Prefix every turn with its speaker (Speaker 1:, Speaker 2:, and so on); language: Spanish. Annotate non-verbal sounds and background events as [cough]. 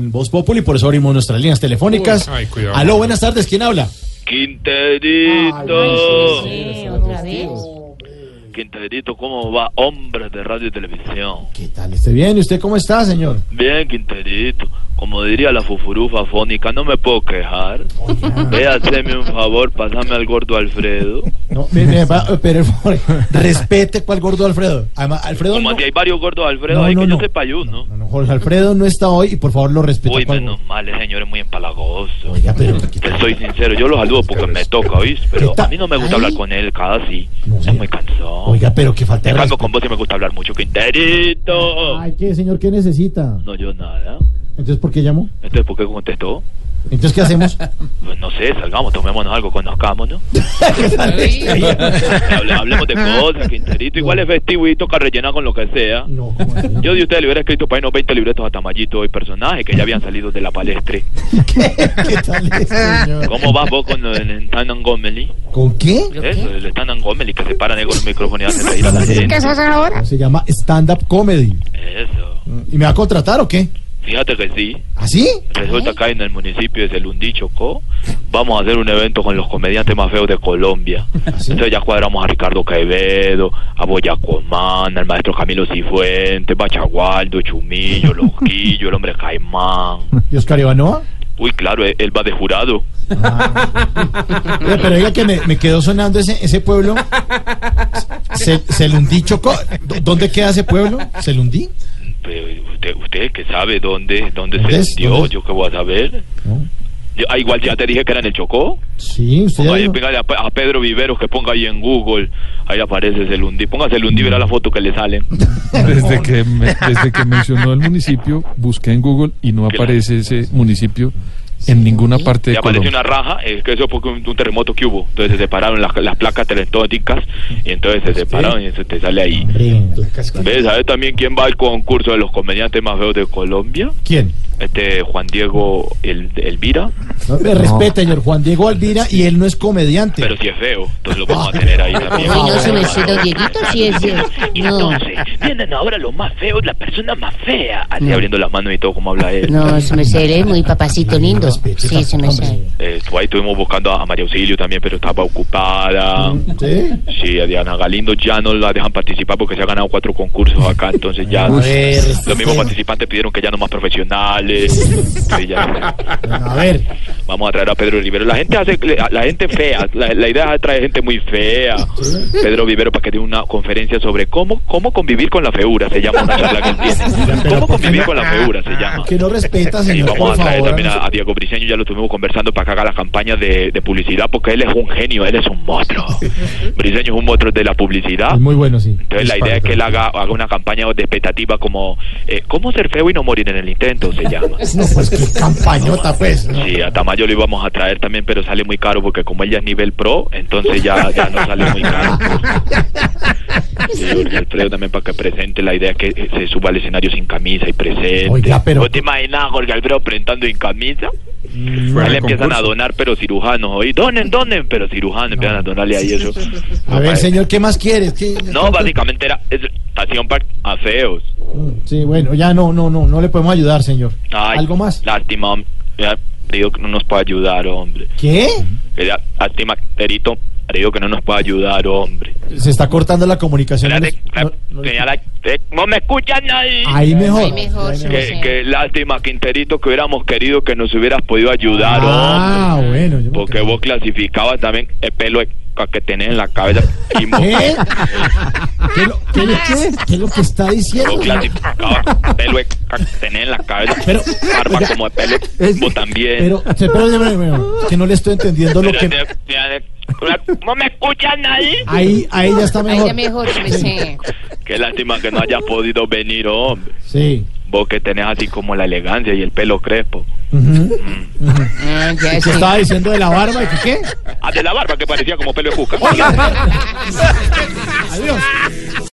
Speaker 1: Voz Populi, por eso abrimos nuestras líneas telefónicas.
Speaker 2: Uy, ay, cuidado.
Speaker 1: Aló, buenas tardes, ¿quién habla?
Speaker 3: Quinterito,
Speaker 4: Sí, otra vez.
Speaker 3: Quinterito, ¿cómo va? Hombre de radio y televisión.
Speaker 1: ¿Qué tal? ¿Esté bien? ¿Y usted cómo está, señor?
Speaker 3: Bien, Quinterito. Como diría la fufurufa fónica, no me puedo quejar. Ve, haceme un favor, pásame al gordo Alfredo.
Speaker 1: No, mire, mire, pa- pero por favor, [laughs] respete cuál gordo Alfredo. Además, Alfredo
Speaker 3: Como
Speaker 1: no,
Speaker 3: aquí hay varios gordos Alfredo,
Speaker 1: No,
Speaker 3: ahí
Speaker 1: no,
Speaker 3: que
Speaker 1: no.
Speaker 3: yo sepa hay uno.
Speaker 1: no, no, Jorge Alfredo no está hoy y por favor lo respete.
Speaker 3: Uy,
Speaker 1: cuál
Speaker 3: menos
Speaker 1: gordo.
Speaker 3: mal, el señor es muy empalagoso.
Speaker 1: Oiga, pero ¿qué
Speaker 3: Te
Speaker 1: tal?
Speaker 3: soy sincero, yo lo saludo porque me toca, ¿oís? Pero
Speaker 1: ¿Qué tal?
Speaker 3: a mí no me gusta
Speaker 1: Ay.
Speaker 3: hablar con él casi.
Speaker 1: No sé.
Speaker 3: Es muy cansón.
Speaker 1: Oiga, pero qué falta de
Speaker 3: En cambio, con
Speaker 1: respeto.
Speaker 3: vos sí me gusta hablar mucho, Quinterito.
Speaker 1: Ay, ¿qué, señor? ¿Qué necesita?
Speaker 3: No, yo nada.
Speaker 1: Entonces, ¿por qué llamó?
Speaker 3: Entonces, ¿por qué contestó?
Speaker 1: Entonces, ¿qué
Speaker 3: [laughs]
Speaker 1: hacemos? [laughs]
Speaker 3: Pues no sé, salgamos, tomémonos algo, conozcamos, ¿no? Hable- hablemos
Speaker 4: [laughs]
Speaker 3: de cosas, Quinterito. Igual es festivo y toca rellenar con lo que sea.
Speaker 1: No, ¿cómo así?
Speaker 3: [laughs] Yo de ustedes le hubiera escrito para irnos 20 libretos a Tamayito y personajes que ya habían salido de la palestre.
Speaker 1: ¿Qué tal es, señor?
Speaker 3: ¿Cómo vas vos con el Stan Montgomery?
Speaker 1: ¿Con qué?
Speaker 3: Eso, el Stan Montgomery que se paran ahí con el micrófono y hacen reír a la gente.
Speaker 4: [laughs] ¿Qué es eso ahora?
Speaker 1: Se llama stand-up comedy.
Speaker 3: Eso.
Speaker 1: ¿Y me va a contratar o qué? ¿Ah,
Speaker 3: Fíjate que sí.
Speaker 1: ¿Así?
Speaker 3: Resulta que acá en el municipio de Celundí, Chocó, vamos a hacer un evento con los comediantes más feos de Colombia.
Speaker 1: ¿Ah, sí?
Speaker 3: Entonces ya cuadramos a Ricardo Quevedo, a Boyacomán, al maestro Camilo Cifuentes, Bachagualdo, Chumillo, Loquillo, el hombre
Speaker 1: [laughs]
Speaker 3: Caimán.
Speaker 1: ¿Y Oscar Ivanoa? [laughs]
Speaker 3: Uy, claro, él, él va de jurado.
Speaker 1: Oye, pero oiga que me, me quedó sonando ese, ese pueblo. Se, Selundí Chocó. ¿Dó- ¿Dónde queda ese pueblo? ¿Selundí?
Speaker 3: Pero usted, usted que sabe dónde, dónde
Speaker 1: ¿Dónde
Speaker 3: se
Speaker 1: es?
Speaker 3: hundió,
Speaker 1: ¿Dónde es?
Speaker 3: yo qué voy a saber.
Speaker 1: No.
Speaker 3: Yo- ah, igual ya te dije que era en el Chocó.
Speaker 1: Sí, usted ya
Speaker 3: Ponga ahí,
Speaker 1: dijo.
Speaker 3: póngale a, Pe- a Pedro Viveros que ponga ahí en Google. Ahí aparece Celundi. Ponga Celundi y verá la foto que
Speaker 1: [laughs]
Speaker 3: le sale.
Speaker 2: Desde que,
Speaker 3: [laughs]
Speaker 2: me- desde que mencionó el municipio, busqué en Google y no
Speaker 3: Claro.
Speaker 2: aparece ese municipio en ninguna parte
Speaker 3: Y
Speaker 2: de
Speaker 3: aparece
Speaker 2: Colombia.
Speaker 3: una raja, es que eso fue un, un terremoto que hubo. Entonces se separaron las, las placas tectónicas y entonces se separaron y eso te sale ahí.
Speaker 1: Hombre,
Speaker 3: ¿Ves? ¿Sabes también quién va al concurso de los comediantes más feos de Colombia?
Speaker 1: ¿Quién?
Speaker 3: Este Juan Diego El- Elvira.
Speaker 1: No, me respeta, señor Juan Diego Alvira, y él no es comediante.
Speaker 3: Pero si es feo, entonces lo vamos a tener
Speaker 4: [laughs]
Speaker 3: ahí también.
Speaker 1: Ay, no, su
Speaker 4: merced, don Dieguito, sí es feo.
Speaker 3: Y
Speaker 4: No.
Speaker 3: entonces, vienen ahora los más feos, la persona más fea. Así abriendo las manos y todo como habla él.
Speaker 4: No, se me sé, eres muy papacito lindo. Sí, se me sé.
Speaker 3: Eh, estu- ahí estuvimos buscando a María Auxilio también, pero estaba
Speaker 1: Ah,
Speaker 3: ocupada.
Speaker 1: ¿Sí?
Speaker 3: Sí, a Diana Galindo ya no la dejan participar porque se ha ganado cuatro concursos acá, entonces ya...
Speaker 1: A ver,
Speaker 3: Los mismos participantes pidieron que ya no más profesionales. Sí, ya.
Speaker 1: a ver,
Speaker 3: Vamos a traer a Pedro Rivero. La gente hace, la gente fea. La, la idea es traer gente muy fea. Pedro Rivero para que dé una conferencia sobre cómo cómo convivir con la feura. Se llama una charla que él tiene.
Speaker 1: pero
Speaker 3: Cómo
Speaker 1: ¿por qué
Speaker 3: convivir
Speaker 1: no? Ah,
Speaker 3: con la feura se llama.
Speaker 1: que no respeta,
Speaker 3: Y
Speaker 1: señor.
Speaker 3: vamos
Speaker 1: por
Speaker 3: a traer
Speaker 1: favor, ¿eh?
Speaker 3: también
Speaker 1: a
Speaker 3: a, a Diego Briseño, ya lo estuvimos conversando para que haga la campaña de, de publicidad, porque él es un genio, él es un monstruo. Briseño es un monstruo de la publicidad.
Speaker 1: Es muy bueno, sí.
Speaker 3: Ah. Entonces la idea es que él haga, haga una campaña de expectativa como eh, ¿Cómo ser feo y no morir en el intento? se llama.
Speaker 1: No, pues qué campañota, pues. ¿no?
Speaker 3: Sí, a Tamayo lo íbamos a traer también, pero sale muy caro porque como ella es nivel pro, entonces ya, ya no sale muy caro. Sí, Jorge Alfredo también para que presente la idea es que eh, se suba al escenario sin camisa y presente.
Speaker 1: Oiga, pero-
Speaker 3: ¿Vos te imaginas a Jorge Alfredo presentando en camisa? Ahí le empiezan a donar, pero cirujanos. Oí, donen, donen, pero cirujanos. Empiezan a donarle ahí eso.
Speaker 1: A ver, señor, ¿qué más quieres?
Speaker 3: No, básicamente era es estación para aseos.
Speaker 1: Mm, Sí, bueno, ya no, no, no, no le podemos ayudar, señor.
Speaker 3: Ay,
Speaker 1: ¿Algo más?
Speaker 3: Lástima, hombre. Hubiera pedido que no nos pueda ayudar, hombre.
Speaker 1: ¿Qué?
Speaker 3: Era- Lástima, Perito. Pedido que no nos pueda ayudar, hombre.
Speaker 1: Se está cortando la comunicación.
Speaker 3: Espérate,
Speaker 1: No- no-
Speaker 3: la- señala- eh, no me escucha nadie.
Speaker 1: Ahí mejor.
Speaker 4: Ahí mejor, sí.
Speaker 3: Qué, qué lástima, Quinterito, que hubiéramos querido que nos hubieras podido ayudar,
Speaker 1: Ah, bueno. yo me
Speaker 3: hombre. Porque
Speaker 1: creo.
Speaker 3: vos clasificabas también el pelo de ca- que tenés en
Speaker 1: [laughs]
Speaker 3: la cabeza. Y mo-
Speaker 1: ¿Qué? ¿Qué, lo- qué, lo- qué es lo que está diciendo?
Speaker 3: Vos clasificabas pelo de ca- que tenés en la cabeza.
Speaker 1: Pero-
Speaker 3: barba
Speaker 1: oiga,
Speaker 3: como de pelo.
Speaker 1: es-
Speaker 3: vos también.
Speaker 1: Pero, pero, pero, pero, es que no le estoy entendiendo lo que...
Speaker 3: Espérate, espérate. No me escucha nadie.
Speaker 1: Ahí, ahí ya está mejor.
Speaker 4: Ahí ya mejor, se me sé.
Speaker 3: Qué lástima que no hayas podido venir, hombre.
Speaker 1: Sí.
Speaker 3: Vos que tenés así como la elegancia y el pelo crespo.
Speaker 4: Ah, ya
Speaker 1: ¿Qué
Speaker 4: sí.
Speaker 1: estaba diciendo de la barba y que qué?
Speaker 3: Ah, de la barba que parecía como pelo de cuca.
Speaker 1: Adiós.